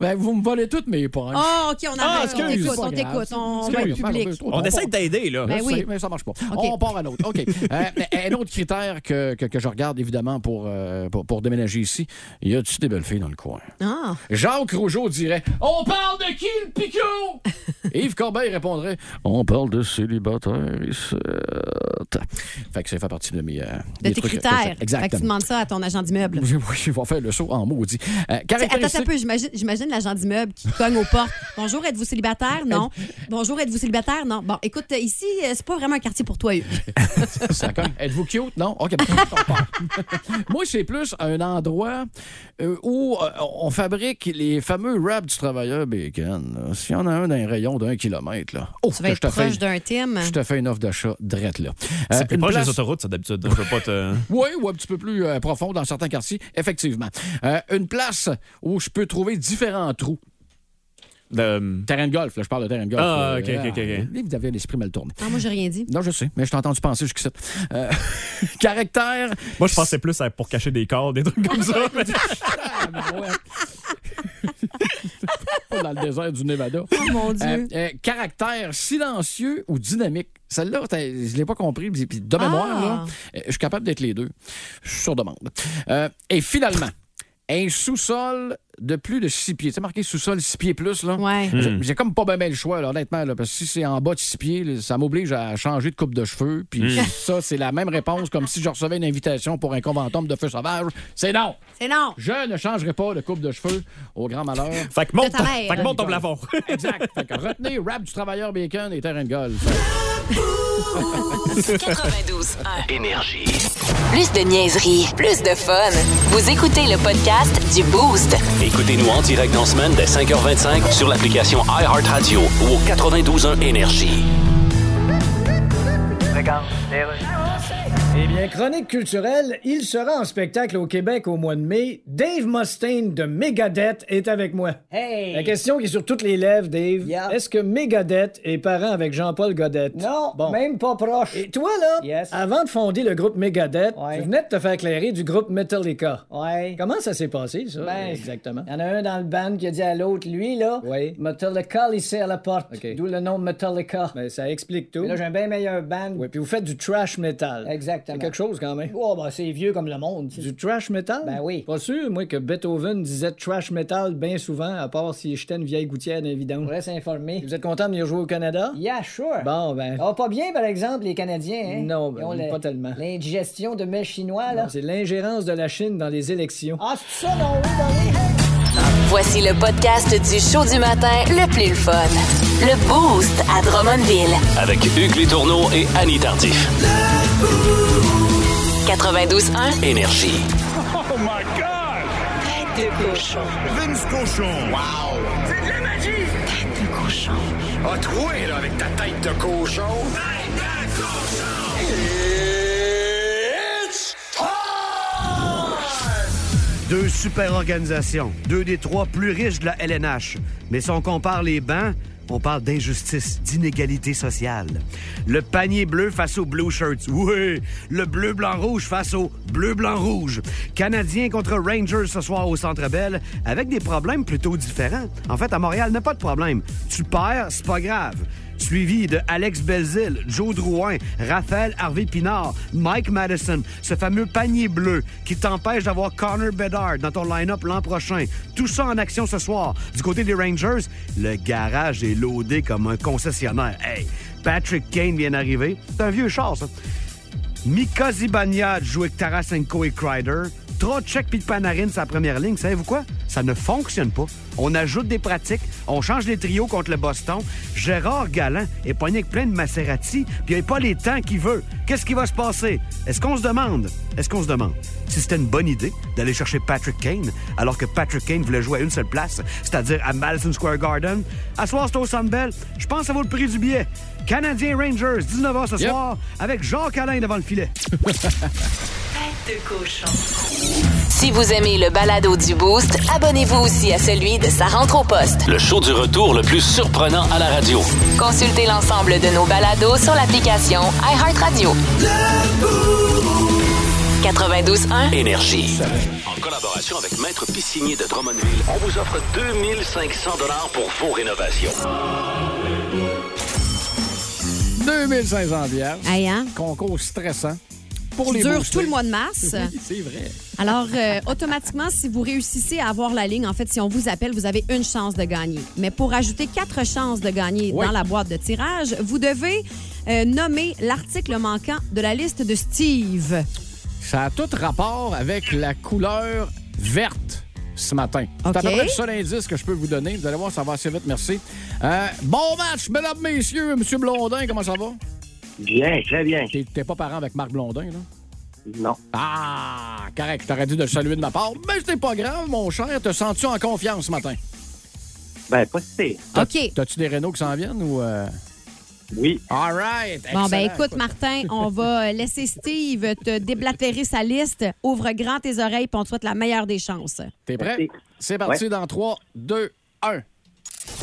S1: Ben, vous me volez toutes mes punches.
S2: Oh, OK, on
S5: Ah,
S2: arrête, on
S5: excuse.
S2: t'écoute,
S1: C'est
S2: on
S1: pas grave.
S2: t'écoute, on
S1: C'est
S2: va être
S1: pas grave.
S2: public.
S5: On essaie de t'aider, là.
S2: Ben
S1: Je
S2: oui.
S1: sais, mais ça marche pas. On part à l'autre. OK. Euh, un autre critère que, que- que je regarde, évidemment, pour, euh, pour, pour déménager ici, y a-tu des belles filles dans le coin?
S2: Ah.
S1: Jacques Rougeau dirait On parle de qui, le picot? Yves Corbeil répondrait On parle de célibataire ici. Fait que ça fait partie de mes. euh,
S2: De
S1: des
S2: tes
S1: trucs que je-
S2: critères. Fait que tu
S1: Exactement.
S2: demandes ça à ton agent d'immeuble.
S1: Oui, je vais faire le saut en maudit.
S2: T'sais,
S1: Euh,
S2: Attends
S1: caractéristique-
S2: un peu, j'imagine- j'imagine l'agent d'immeuble qui cogne aux portes. Bonjour, êtes-vous célibataire? Non. Bonjour, êtes-vous célibataire? Non. Bon, écoute, euh, ici, euh, c'est pas vraiment un quartier pour toi, Hugues.
S1: Ça comme, êtes-vous cute? Non? OK, ben, on part. Moi, c'est plus un endroit euh, où euh, on fabrique les fameux wraps du travailleur bacon. là. S'il y en a un d'un rayon d'un kilomètre, là. Oh,
S2: Tu vas
S1: que je
S2: être
S1: te fais.
S2: proche d'un thème.
S1: Je te fais une offre d'achat drette, là. Euh,
S5: C'est plus
S1: une
S5: proche
S1: place-
S5: des autoroutes, ça, d'habitude. Je veux pas te.
S1: oui, ou un petit peu plus euh, profond dans certains quartiers, effectivement. Euh, une place où je peux trouver différents trous.
S5: de- euh,
S1: Terrain de golf, là, je parle de terrain de golf.
S5: Ah,
S1: Euh,
S5: ok, ok, ok, ok.
S1: ah, Vous avez l'esprit mal tourné.
S2: Ah, moi, j'ai rien dit.
S1: Non, je sais, mais je t'ai entendu penser jusqu'ici. Euh, caractère.
S5: Moi, je pensais plus à pour cacher des corps, des trucs comme ça. mais-
S1: Pas dans le désert du Nevada.
S2: Oh mon
S1: Euh,
S2: Dieu.
S1: euh, caractère silencieux ou dynamique. Celle-là, t'as- je ne l'ai pas compris. puis- puis de mémoire,
S2: Ah.
S1: là, euh, je suis capable d'être les deux. Je suis sur demande. Euh, et finalement, un sous-sol de plus de 6 pieds. Tu sais, marqué sous-sol 6 pieds plus, là?
S2: Ouais.
S1: J'ai- J'ai comme pas bien le choix, là, honnêtement, là, parce que si c'est en bas de six pieds, là, ça m'oblige à changer de coupe de cheveux. Puis ça, c'est la même réponse comme si je recevais une invitation pour un conventum de feu sauvage. C'est non!
S2: C'est non.
S1: Je ne changerai pas de coupe de cheveux au grand malheur.
S5: Fait que monte,
S2: De ta mère.
S5: fait que monte ton plafond.
S1: Exact. Fait que retenez rap du travailleur bacon et terrain de golf.
S3: 92
S4: Énergie.
S3: Plus de niaiserie, plus de fun. Vous écoutez le podcast du Boost.
S4: Écoutez-nous en direct dans la semaine dès 5h25 sur l'application iHeartRadio ou au 921 Énergie.
S13: Regarde, les rues.
S6: Eh bien, chronique culturelle, il sera en spectacle au Québec au mois de mai. Dave Mustaine de Megadeth est avec moi.
S11: Hey!
S6: La question qui est sur toutes les lèvres, Dave, est-ce que Megadeth est parent avec Jean-Paul Godette?
S11: Non, même
S6: pas proche. Et toi, là, avant de fonder le groupe Megadeth, tu venais de te faire éclairer du groupe Metallica.
S11: Ouais.
S6: Comment ça s'est passé, ça,
S11: Ben,
S6: exactement?
S11: Il y en a un dans le band qui a dit à l'autre, lui, là,
S6: Oui.
S11: Metallica, il sert la porte. D'où le nom Metallica.
S6: Ben, ça explique tout.
S11: Mais là, j'ai un ben bien meilleur band.
S6: Oui, puis vous faites du trash metal.
S11: Exactement.
S6: C'est quelque chose, quand même.
S11: Oh, ben, c'est vieux comme le monde.
S6: Du trash metal? Ben oui. Pas sûr, moi, que Beethoven disait trash metal bien souvent, à part si j'étais une vieille gouttière d'un vidange.
S11: Faudrait s'informer.
S6: Vous êtes content de venir jouer au Canada?
S11: Yeah, sure.
S6: Bon, ben.
S11: Oh, pas bien, par exemple, les Canadiens, hein?
S6: Non,
S11: Ils ont
S6: ben,
S11: la-
S6: pas tellement.
S11: L'indigestion de mets chinois, là.
S6: C'est l'ingérence de la Chine dans les élections.
S11: Ah, c'est ça, non, oui, dans les-
S3: Voici le podcast du show du matin le plus le fun. Le Boost à Drummondville.
S4: Avec Hugues Létourneau et Annie Tardif.
S3: 92.1.
S4: Énergie.
S3: Oh my God! Tête de cochon.
S13: Vince cochon. Wow! C'est de la magie! Tête de cochon. A troué, là, avec ta tête de cochon. Tête de cochon! It's
S14: Deux super organisations, deux des trois plus riches de la LNH. Mais si on compare les bancs, on parle d'injustice, d'inégalité sociale. Le panier bleu face aux blue shirts. Oui! Le bleu blanc rouge face aux bleu blanc rouge. Canadiens contre Rangers ce soir au Centre Bell avec des problèmes plutôt différents. En fait, à Montréal, n'a pas de problème. Tu perds, c'est pas grave suivi de Alex Belzil, Joe Drouin, Raphaël Harvey Pinard, Mike Madison, ce fameux panier bleu qui t'empêche d'avoir Connor Bedard dans ton line-up l'an prochain. Tout ça en action ce soir. Du côté des Rangers, le garage est loadé comme un concessionnaire. Hey, Patrick Kane vient d'arriver. C'est un vieux char, ça. Mika Zibania joue avec Tarasenko et Kreider. Trochek puis Panarin, sa première ligne, savez-vous quoi? Ça ne fonctionne pas. On ajoute des pratiques, on change les trios contre le Boston. Gérard Galland est pogné avec plein de Maserati, puis il n'a pas les temps qu'il veut. Qu'est-ce qui va se passer? Est-ce qu'on se demande? Est-ce qu'on se demande si c'était une bonne idée d'aller chercher Patrick Kane alors que Patrick Kane voulait jouer à une seule place, c'est-à-dire à Madison Square Garden? À soir, c'est au Sandbell. Je pense que ça vaut le prix du billet. Canadien Rangers, 19h ce
S1: Yep.
S14: soir, avec Jacques Alain devant le filet.
S3: Tête de cochon. Si vous aimez le balado du Boost, abonnez-vous aussi à celui de Sa rentre au poste.
S4: Le show du retour le plus surprenant à la radio.
S3: Consultez l'ensemble de nos balados sur l'application iHeartRadio. 92.1.
S4: Énergie. En collaboration avec Maître Piscinier de Drummondville, on vous offre 2500 dollars pour vos rénovations.
S1: 2500 bières.
S2: Hey, hein?
S1: Concours stressant. Pour
S2: Qui
S1: les
S2: dure
S1: boostés.
S2: tout le mois de mars.
S1: Oui, c'est vrai.
S2: Alors, euh, automatiquement, si vous réussissez à avoir la ligne, en fait, si on vous appelle, vous avez une chance de gagner. Mais pour ajouter quatre chances de gagner
S9: Oui.
S2: dans la boîte de tirage, vous devez euh, nommer l'article manquant de la liste de Steve.
S1: Ça a tout rapport avec la couleur verte ce matin. C'est à peu
S2: OK.
S1: près le seul indice que je peux vous donner. Vous allez voir, ça va assez vite, merci. Euh, bon match, mesdames, messieurs. Monsieur Blondin, comment ça va?
S15: Bien, très bien.
S1: T'es- T'es pas parent avec Marc Blondin, là?
S15: Non.
S1: Ah, correct. T'aurais dû de le saluer de ma part. Mais c'était pas grave, mon cher. Te sens-tu en confiance ce matin?
S15: Ben, pas si
S1: T'as- T'as-tu des rénaux qui s'en viennent ou... euh?
S15: Oui.
S1: All right.
S2: Bon, ben
S1: excellent.
S2: écoute, Martin, on va euh, laisser Steve te déblatérer sa liste. Ouvre grand tes oreilles, puis on te souhaite la meilleure des chances.
S1: T'es prêt? C'est parti
S2: Ouais.
S1: dans 3, 2, 1.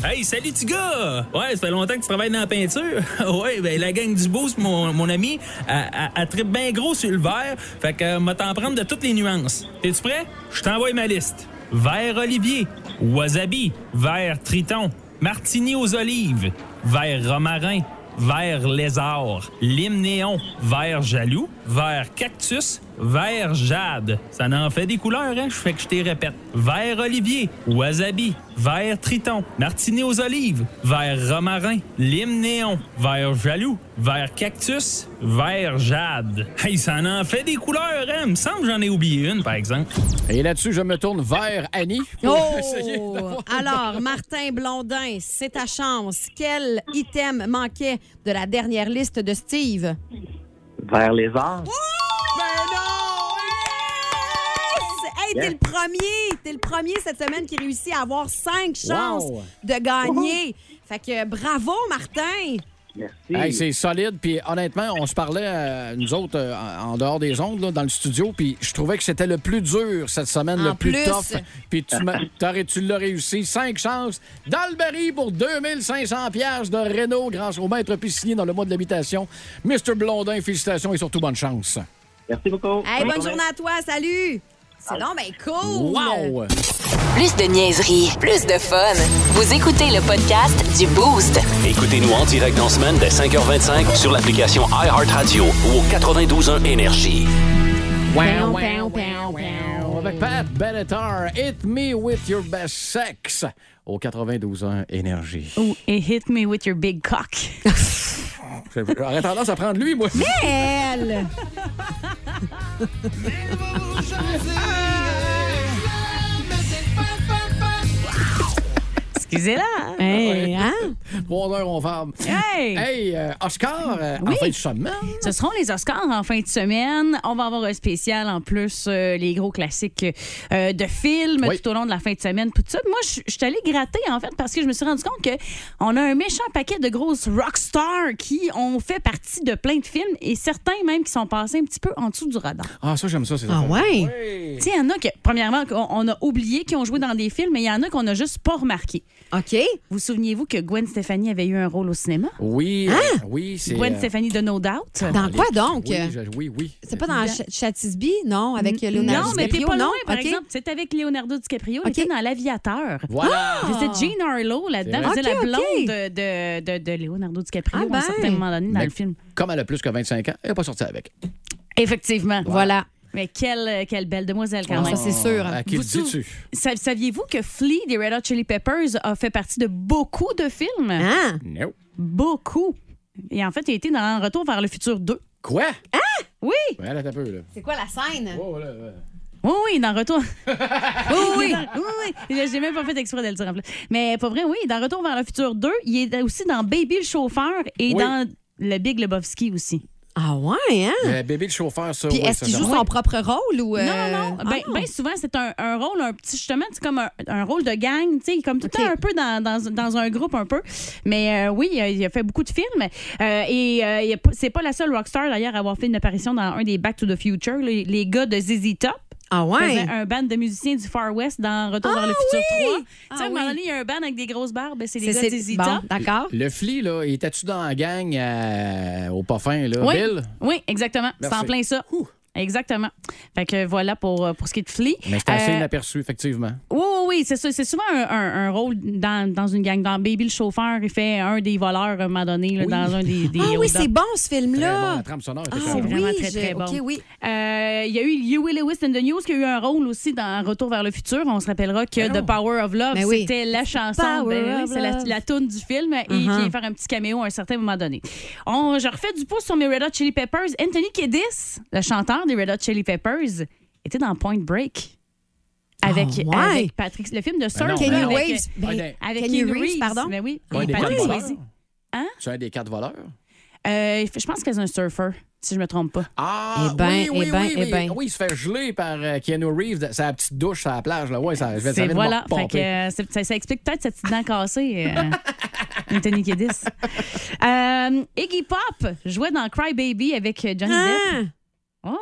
S16: Hey, salut, petit gars! Ouais, ça fait longtemps que tu travailles dans la peinture. ouais, ben, la gang du Boost, mon, mon ami, a tripe bien gros sur le vert. Fait que, euh, m'a t'en prendre de toutes les nuances. T'es-tu prêt? Je t'envoie ma liste. Vert olivier, wasabi, vert triton, martini aux olives, vert romarin, vert lézard, lime néon, vert jaloux, vert cactus, vert jade. Ça en fait des couleurs, hein? Je fais que je t'y répète. Vert olivier, wasabi, vert triton, martini aux olives, vert romarin, lime néon, vert jaloux, vert cactus, vert jade. Hey, ça en fait des couleurs, hein? Il me semble que j'en ai oublié une, par exemple.
S1: Et là-dessus, je me tourne vers Annie. pour essayer
S2: Oh!
S1: d'avoir-
S2: Alors, Martin Blondin, c'est ta chance. Quel item manquait de la dernière liste de Steve? Oh!
S15: Vers les arts.
S1: Ben
S2: Hey, t'es le premier! T'es le premier cette semaine qui réussit à avoir cinq chances
S15: Wow!
S2: de gagner. Fait que bravo, Martin!
S15: Merci.
S1: Hey, c'est solide. Puis honnêtement, on se parlait, euh, nous autres, euh, en en dehors des ondes, là, dans le studio. Puis je trouvais que c'était le plus dur cette semaine,
S2: En
S1: le plus,
S2: plus.
S1: tough. Puis tu, m'as- t'aurais- tu l'as réussi. Cinq chances. Dans le baril pour 2500 pièces de Renault grâce au maître piscinier dans le mois de l'habitation. Mr. Blondin, félicitations et surtout bonne chance.
S15: Merci beaucoup.
S2: Hey, bonne journée à toi. Salut. C'est non, mais cool.
S1: Wow!
S3: Plus de niaiserie, plus de fun. Vous écoutez le podcast du Boost.
S4: Écoutez-nous en direct dans la semaine dès 5h25 sur l'application iHeartRadio ou au 92.1 Énergie.
S1: Wow, wow, wow, wow. Avec Pat Benatar, Hit Me With Your Best Sex au 92 ans Énergie.
S9: Ou et hit me with your big cock.
S1: J'aurais tendance à prendre lui, moi.
S9: Mais elle!
S1: Excusez-la.
S9: Hey,
S1: Trois heures, on ferme.
S9: Hey!
S1: Hey, euh, Oscar, euh, en
S9: Oui.
S1: fin de semaine.
S9: Ce seront les Oscars en fin de semaine. On va avoir un spécial en plus, euh, les gros classiques euh, de films
S1: Oui.
S9: tout au long de la fin de semaine. Tout ça. Moi, je je suis allée gratter en fait parce que je me suis rendu compte que on a un méchant paquet de grosses rockstars qui ont fait partie de plein de films et certains même qui sont passés un petit peu en dessous du radar.
S1: Ah, ça, j'aime ça. ces
S9: Ah
S1: affaires.
S9: ouais? Tu sais, il y en a que, premièrement, qu'on- on a oublié qu'ils ont joué dans des films, mais il y en a qu'on a juste pas remarqué.
S2: OK.
S9: Vous souvenez-vous que Gwen Stefani avait eu un rôle au cinéma?
S1: Oui, euh, oui, c'est.
S9: Hein? Gwen
S1: euh, Ah,
S9: Stéphanie de No Doubt.
S2: Dans quoi donc?
S1: Oui, je- oui, oui.
S2: C'est pas dans Ch- Chatisby, non? Avec euh, Leonardo
S9: Non, mais t'es
S2: DiCaprio,
S9: pas loin,
S2: non?
S9: par
S2: OK.
S9: exemple. C'est avec Leonardo DiCaprio, elle était dans L'aviateur.
S1: Voilà.
S9: Ah! C'était Jean Harlow là-dedans. Elle
S1: C'est
S9: faisait
S1: vrai.
S9: la blonde
S1: OK, OK.
S9: de, de- de- de Leonardo DiCaprio
S1: Ah
S9: à
S1: ben.
S9: un certain moment donné dans
S1: Mais
S9: le film.
S1: Comme elle a plus que 25 ans, elle n'est pas sortie avec.
S9: Effectivement.
S2: Voilà.
S9: Mais quelle, euh, quelle belle demoiselle quand
S1: Ah,
S9: même.
S1: ça, c'est sûr. À qui le
S9: Vous-
S1: dis-tu?
S9: sa- Saviez-vous que Flea des Red Hot Chili Peppers a fait partie de beaucoup de films?
S2: Hein?
S1: Non.
S9: Beaucoup. Et en fait, il a été dans Retour vers le futur 2.
S1: Quoi?
S9: Hein? Oui.
S1: Ouais, elle est un peu, là. Oh,
S2: C'est quoi la scène?
S9: Oui, oui, dans Retour. oui, oui, oui, oui. J'ai- J'ai même pas fait exprès de le dire en plus. Mais pas vrai, oui. Dans Retour vers le futur 2, il est aussi dans Baby le chauffeur et
S1: Oui.
S9: dans Le Big Lebowski aussi.
S2: Ah ouais, hein?
S1: Euh, bébé le chauffeur, ça.
S2: Puis
S1: oui,
S2: est-ce
S1: ça,
S2: qu'il joue
S1: j'aime.
S2: son propre rôle ou. euh,
S9: Non, non, non. Ben,
S2: ah.
S9: ben souvent, c'est un, un rôle, un petit, justement, c'est comme un, un rôle de gang, tu sais, comme tout le temps un peu dans, dans- dans un groupe, un peu. Mais euh, oui, il a, il a fait beaucoup de films. Euh, et euh, il a pas- c'est pas la seule rockstar, d'ailleurs, à avoir fait une apparition dans un des Back to the Future, les, les gars de ZZ Top.
S2: Ah ouais?
S9: faisaient un band de musiciens du Far West dans Retour vers le futur 3. Tu sais, à un
S2: Ah
S9: moment
S2: oui.
S9: donné, il y a un band avec des grosses barbes, ben, c'est les
S2: C'est-
S9: gars de
S2: c'est-
S9: ZZ
S2: bon,
S9: Top.
S2: D'accord.
S1: Le Flea, là, il était-tu dans la gang euh, au pas fin, là?
S9: Oui,
S1: Bill?
S9: oui exactement. C'est en
S1: Merci.
S9: plein ça. Exactement. Fait que voilà pour, euh, pour ce qui est de Flea.
S1: Mais c'était assez
S9: Euh,
S1: inaperçu, effectivement.
S9: Oui, oui, Ah oui, c'est ça. C'est souvent un, un- un rôle dans, dans une gang. Dans Baby le chauffeur, il fait un des voleurs à un moment donné là, dans un des. des
S2: Ah oui,
S9: hold-up.
S2: c'est bon ce film-là.
S1: la trame sonore
S2: Ah
S1: était
S9: C'est
S1: carrément.
S9: vraiment
S2: oui,
S9: très, très
S2: j'ai-
S9: bon.
S2: ok, oui.
S9: Euh, Il y a eu Huey Lewis and the News qui a eu un rôle aussi dans Retour vers le futur. On se rappellera que The Power of Love,
S2: Mais Ben oui.
S9: c'était la chanson,
S2: Power
S9: ben oui,
S2: of
S9: c'est la,
S2: Love.
S9: la toune du film et qui
S2: Uh-huh.
S9: vient faire un petit caméo à un certain moment donné. On, je refais du pouce sur mes Red Hot Chili Peppers. Anthony Kiedis, le chanteur des Red Hot Chili Peppers, était dans Point Break. Avec,
S2: Ah ouais?
S9: avec Patrick, le film de
S1: Ben non,
S9: Surf.
S1: ben
S9: avec,
S1: non.
S2: Waves, ben,
S9: avec
S2: Kenny
S9: Keanu
S2: Reeves,
S9: Reeves,
S2: pardon?
S9: Ben oui.
S1: Ouais,
S9: et
S1: des
S9: Patrick
S1: quatre voleurs.
S9: Swayze. Hein?
S1: Tu as un des quatre voleurs?
S9: Euh, je pense que c'est un surfer, si je me trompe pas.
S1: Ah,
S9: Eh ben,
S1: oui, oui,
S9: eh ben,
S1: oui,
S9: eh
S1: oui.
S9: ben.
S1: Oui, il se fait geler par euh, Keanu Reeves, de- sa petite douche à la plage. Là. Ouais, ça, ça
S9: C'est
S1: vient de
S9: voilà.
S1: me
S9: Fait que,
S1: repomper.
S9: euh, c'est- ça, ça explique peut-être cette petite dent cassée. euh, Anthony Kiedis. Euh, Iggy Pop jouait dans Cry Baby avec euh, Johnny Depp. Oh, ouais.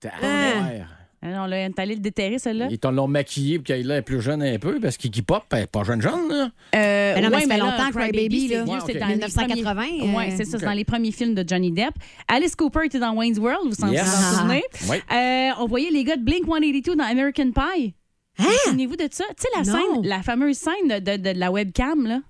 S1: T'as-
S9: hein?
S1: ouais.
S9: Alors, on l'a on est allé le déterrer, celle-là.
S1: Ils t'en l'ont maquillé pour qu'il est plus jeune un peu, parce qu'il Iggy Pop, elle est pas jeune jeune, là.
S9: Euh,
S2: Ben non, mais
S9: ouais,
S2: ça fait
S9: là,
S2: longtemps, Cry Baby,
S9: c'est
S2: là.
S9: vieux,
S2: Ouais,
S9: c'était
S2: ok.
S9: dans les
S2: 1980,
S9: premiers-
S2: euh,
S9: Ouais, c'est ça,
S2: ok.
S9: c'est dans les premiers films de Johnny Depp. Alice Cooper était dans Wayne's World, vous s'en
S1: Yes. Ah.
S9: vous en souvenez.
S1: Oui.
S9: Euh, on voyait les gars de Blink 182 dans American Pie.
S1: Hein?
S9: Vous Souvenez-vous de ça? Tu sais, la
S2: Non.
S9: scène, la fameuse scène de, de- de la webcam, là.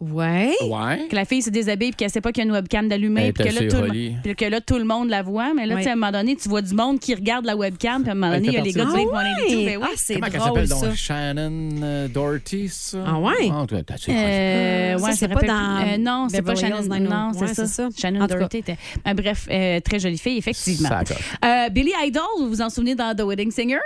S2: Ouais.
S1: Ouais.
S9: Que la fille se déshabille puis qu'elle sait pas qu'il y a une webcam
S1: Elle
S9: d'allumée
S1: est
S9: puis que, là,
S1: assez
S9: tout le
S1: jolie.
S9: mo- puis que là tout le monde la voit mais là
S2: Oui.
S9: tu sais, à un moment donné tu vois du monde qui regarde la webcam puis à un moment
S1: Elle
S9: donné il
S1: fait
S9: y a les gars de
S1: partie de-
S9: Blink 182
S2: Ah
S9: ben oui.
S2: ouais! C'est
S1: Comment elle
S2: drôle,
S1: s'appelle donc?
S2: ça.
S1: Shannon euh, Doherty, ça?
S2: Ah ouais?
S1: Ah, t'as- t'as- c'est-
S9: Euh,
S2: Ah, Ça,
S9: ouais,
S2: c'est
S9: je me
S2: pas
S9: rappelle
S2: dans
S9: plus. Euh, non, c'est pas
S2: Beverly
S9: Shannon.
S2: Hills
S9: Non,
S2: 902.
S9: c'est ça.
S2: Ouais, c'est ça.
S9: Shannon
S2: En tout cas.
S9: Doherty était. Euh, bref, euh, très jolie fille, effectivement.
S1: Ça coche.
S9: Euh, Billy Idol, vous vous en souvenez dans The Wedding Singer?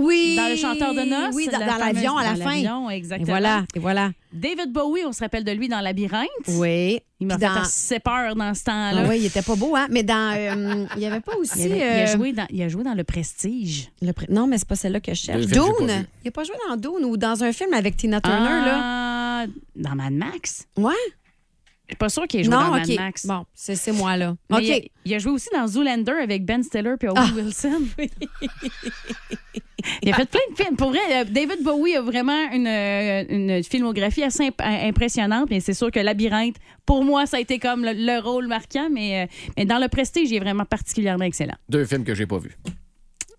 S2: Oui.
S9: Dans Le Chanteur de Noces?
S2: Oui, dans,
S9: la
S2: dans
S9: fameuse-
S2: l'avion à la
S9: dans
S2: fin.
S9: l'avion, exactement.
S2: Et voilà, et voilà.
S9: David Bowie, on se rappelle de lui dans Labyrinthe.
S2: Oui.
S9: Il m'a
S2: Puis
S9: fait
S2: dans-
S9: assez peur dans ce temps-là.
S2: Ah oui, il était pas beau, hein? Mais dans. euh, il y avait pas aussi.
S9: Il, avait- il a
S2: euh,
S9: joué dans, il a joué dans Le Prestige.
S2: le pré- Non, mais c'est pas celle-là que je cherche.
S9: Le film, j'ai pas
S2: Dune.
S9: vu.
S2: Il a pas joué dans Dune ou dans un film avec Tina Turner, là.
S9: Ah, Dans Mad Max.
S2: Ouais.
S9: Je suis pas sûr qu'il ait joué
S2: Non,
S9: dans Mad
S2: ok.
S9: Max.
S2: Bon, c'est c'est moi, là.
S9: Mais
S2: OK. Ah.
S9: il a- Il a joué aussi dans Zoolander avec Ben Stiller puis Owen Wilson. il a fait plein de films. Pour vrai, euh, David Bowie a vraiment une, euh, une filmographie assez imp- euh, impressionnante. Mais c'est sûr que Labyrinthe, pour moi, ça a été comme le, le rôle marquant. Mais, euh, mais dans Le Prestige, il est vraiment particulièrement excellent.
S1: Deux films que j'ai pas vus.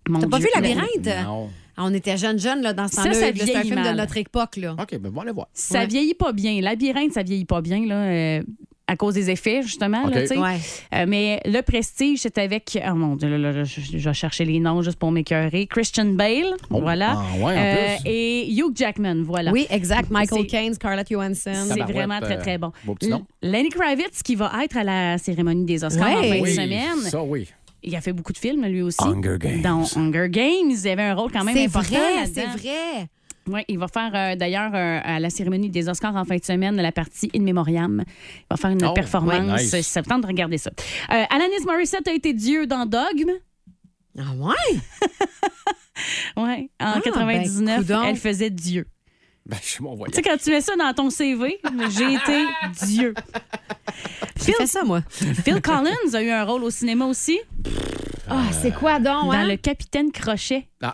S2: T'as pas
S9: Dieu,
S2: vu
S9: mais-
S2: Labyrinthe?
S1: Non.
S2: Ah, on était jeunes, jeunes, là, dans ce
S9: Ça,
S2: temps-là.
S9: ça
S2: Là, C'est un
S9: vieillit
S2: film
S9: mal.
S2: de notre époque, là.
S1: OK, ben, bon, allez voir.
S9: Ça
S2: Ouais.
S9: vieillit pas bien. Labyrinthe, ça vieillit pas bien, là, euh, à cause des effets, justement. là,
S2: OK.
S9: tu sais.
S2: Ouais.
S9: Euh, mais le prestige, c'est avec. Oh mon Dieu, là, là, là, je, je vais chercher les noms juste pour m'écœurer. Christian Bale, voilà. Euh,
S2: ah ouais, en plus.
S9: Et Hugh Jackman, voilà.
S2: Oui, exact. Michael
S9: C'est-
S2: Caine, Scarlett Johansson.
S9: C'est vraiment très, très
S2: euh,
S9: bon.
S1: beau petit nom.
S9: Lenny Kravitz, qui va être à la cérémonie des Oscars
S2: Ouais.
S9: en fin de
S2: Oui,
S9: semaine.
S1: ça, oui.
S9: Il a fait beaucoup de films, lui aussi.
S1: Hunger Games.
S9: Dans Hunger Games, il avait un rôle quand même
S2: C'est
S9: important.
S2: vrai, c'est
S9: vrai. Oui, il va faire euh, d'ailleurs euh, à la cérémonie des Oscars en fin de semaine la partie In Memoriam. Il va faire une
S2: Oh,
S9: performance.
S2: ouais, nice.
S9: Ça me tente de regarder ça. Euh, Alanis Morissette a été Dieu dans Dogme.
S2: Ah ouais?
S9: Ouais, en
S2: Ah, ben,
S9: 99,
S2: coudonc.
S9: elle faisait Dieu.
S1: Ben, je suis mon
S9: Tu
S1: voyage.
S9: sais, quand tu mets ça dans ton CV, j'ai été Dieu. J'ai fait
S2: ça, moi.
S9: Phil Collins a eu un rôle au cinéma aussi.
S2: Ah, c'est quoi donc,
S9: Euh, Dans
S2: hein?
S9: le Capitaine Crochet.
S1: Ah,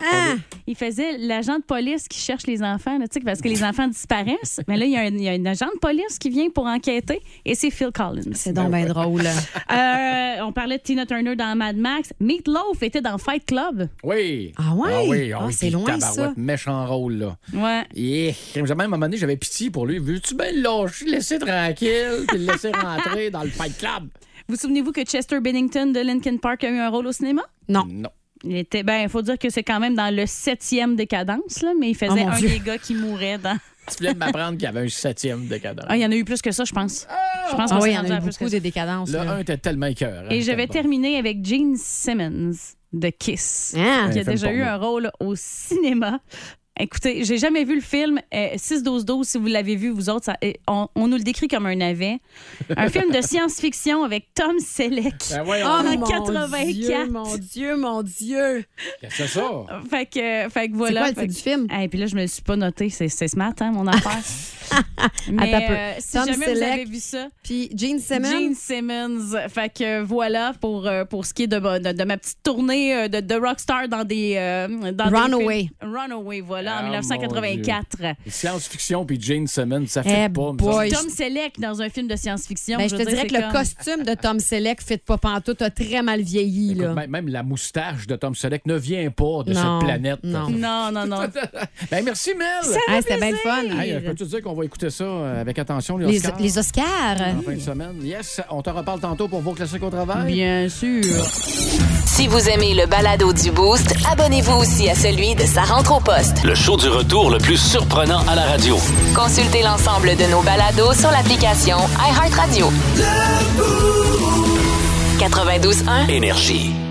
S9: Il faisait l'agent de police qui cherche les enfants, là, tu sais, parce que les enfants disparaissent. Mais là, il y, a un, il y a un agent de police qui vient pour enquêter et c'est Phil Collins.
S2: C'est donc bien drôle.
S9: Euh, on parlait de Tina Turner dans Mad Max. Meat Loaf était dans Fight Club.
S1: Oui.
S2: Ah ouais?
S1: Ah oui, ah
S2: Ah,
S1: oui,
S2: c'est
S1: puis
S2: loin, ça.
S1: tabarouette, méchant rôle, là.
S9: Ouais.
S1: Yeah. J'avais même à un moment donné, j'avais pitié pour lui. Veux-tu bien le lâcher, le laisser tranquille, puis le laisser rentrer dans le Fight Club?
S9: Vous souvenez-vous que Chester Bennington de Linkin Park a eu un rôle au cinéma?
S2: Non.
S1: Non.
S9: Il était, ben, il faut dire que c'est quand même dans le septième décadence, là, mais il faisait
S1: Oh, mon
S9: un
S1: Dieu.
S9: des gars qui mourait dans.
S1: Tu viens de m'apprendre qu'il y avait un septième décadence.
S9: Ah, il y en a eu plus que ça, je pense. Je pense
S2: Ah
S9: qu'on s'est
S2: oui, il y en
S9: rendu
S2: a
S9: à
S2: eu
S9: plus que
S2: beaucoup
S9: ça.
S2: de décadences.
S1: Le
S2: là.
S1: 1 était tellement cœur.
S9: Et je vais terminer avec Gene Simmons de Kiss,
S2: Ah.
S9: qui a
S2: Un film
S9: déjà eu
S2: porno.
S9: un rôle au cinéma. Écoutez, j'ai jamais vu le film. euh, 6-12-12, si vous l'avez vu, vous autres, ça- et on, on nous le décrit comme un navet. Un film de science-fiction avec Tom Selleck
S1: Ah.
S2: Ben voyons.
S9: en
S2: Oh, mon
S9: 84.
S2: Dieu, mon Dieu, mon Dieu.
S1: Qu'est-ce que c'est ça?
S9: Fait que, fait que voilà.
S2: quoi le titre
S9: du film? Et puis là, je me le suis pas noté. C'est c'est smart, hein, mon affaire. Mais
S2: Attends un peu.
S9: euh, si
S2: Tom
S9: jamais vous
S2: Selleck,
S9: avez vu ça.
S2: Puis Gene Simmons.
S9: Gene Simmons. Fait que euh, voilà pour, euh, pour ce qui est de, ma- de, de ma petite tournée euh, de, de rockstar dans des. euh, dans des
S2: Runaway.
S9: films. Runaway, voilà, en
S1: Ah, mon
S9: 1984.
S1: Science-fiction puis Jane Simmons, ça
S2: Eh
S1: fait pas. me
S2: boy.
S1: semble.
S9: Tom Selleck dans un film de science-fiction.
S2: Ben,
S9: je
S2: je
S9: veux
S2: te
S9: dire,
S2: dirais que
S9: c'est
S2: le
S9: comme-
S2: costume de Tom Selleck fit pas pantoute, a très mal vieilli. là.
S1: Même, même la moustache de Tom Selleck ne vient pas de
S2: Non,
S1: cette planète.
S2: non.
S9: Non, non, non.
S1: Ben, merci, Mel.
S2: fait Hey, c'était bien le plaisir. fun.
S1: Hey, euh, Peux-tu dire qu'on va écouter ça euh, avec attention, les
S2: Les,
S1: Oscars?
S2: les Oscars.
S1: En fin de semaine. Yes, on te reparle tantôt pour vos classiques au travail.
S9: Bien sûr.
S3: Si vous aimez le balado du Boost, abonnez-vous aussi à celui de sa rentre au poste.
S4: Le show du retour le plus surprenant à la radio.
S3: Consultez l'ensemble de nos balados sur l'application iHeartRadio. 92.1
S4: Énergie.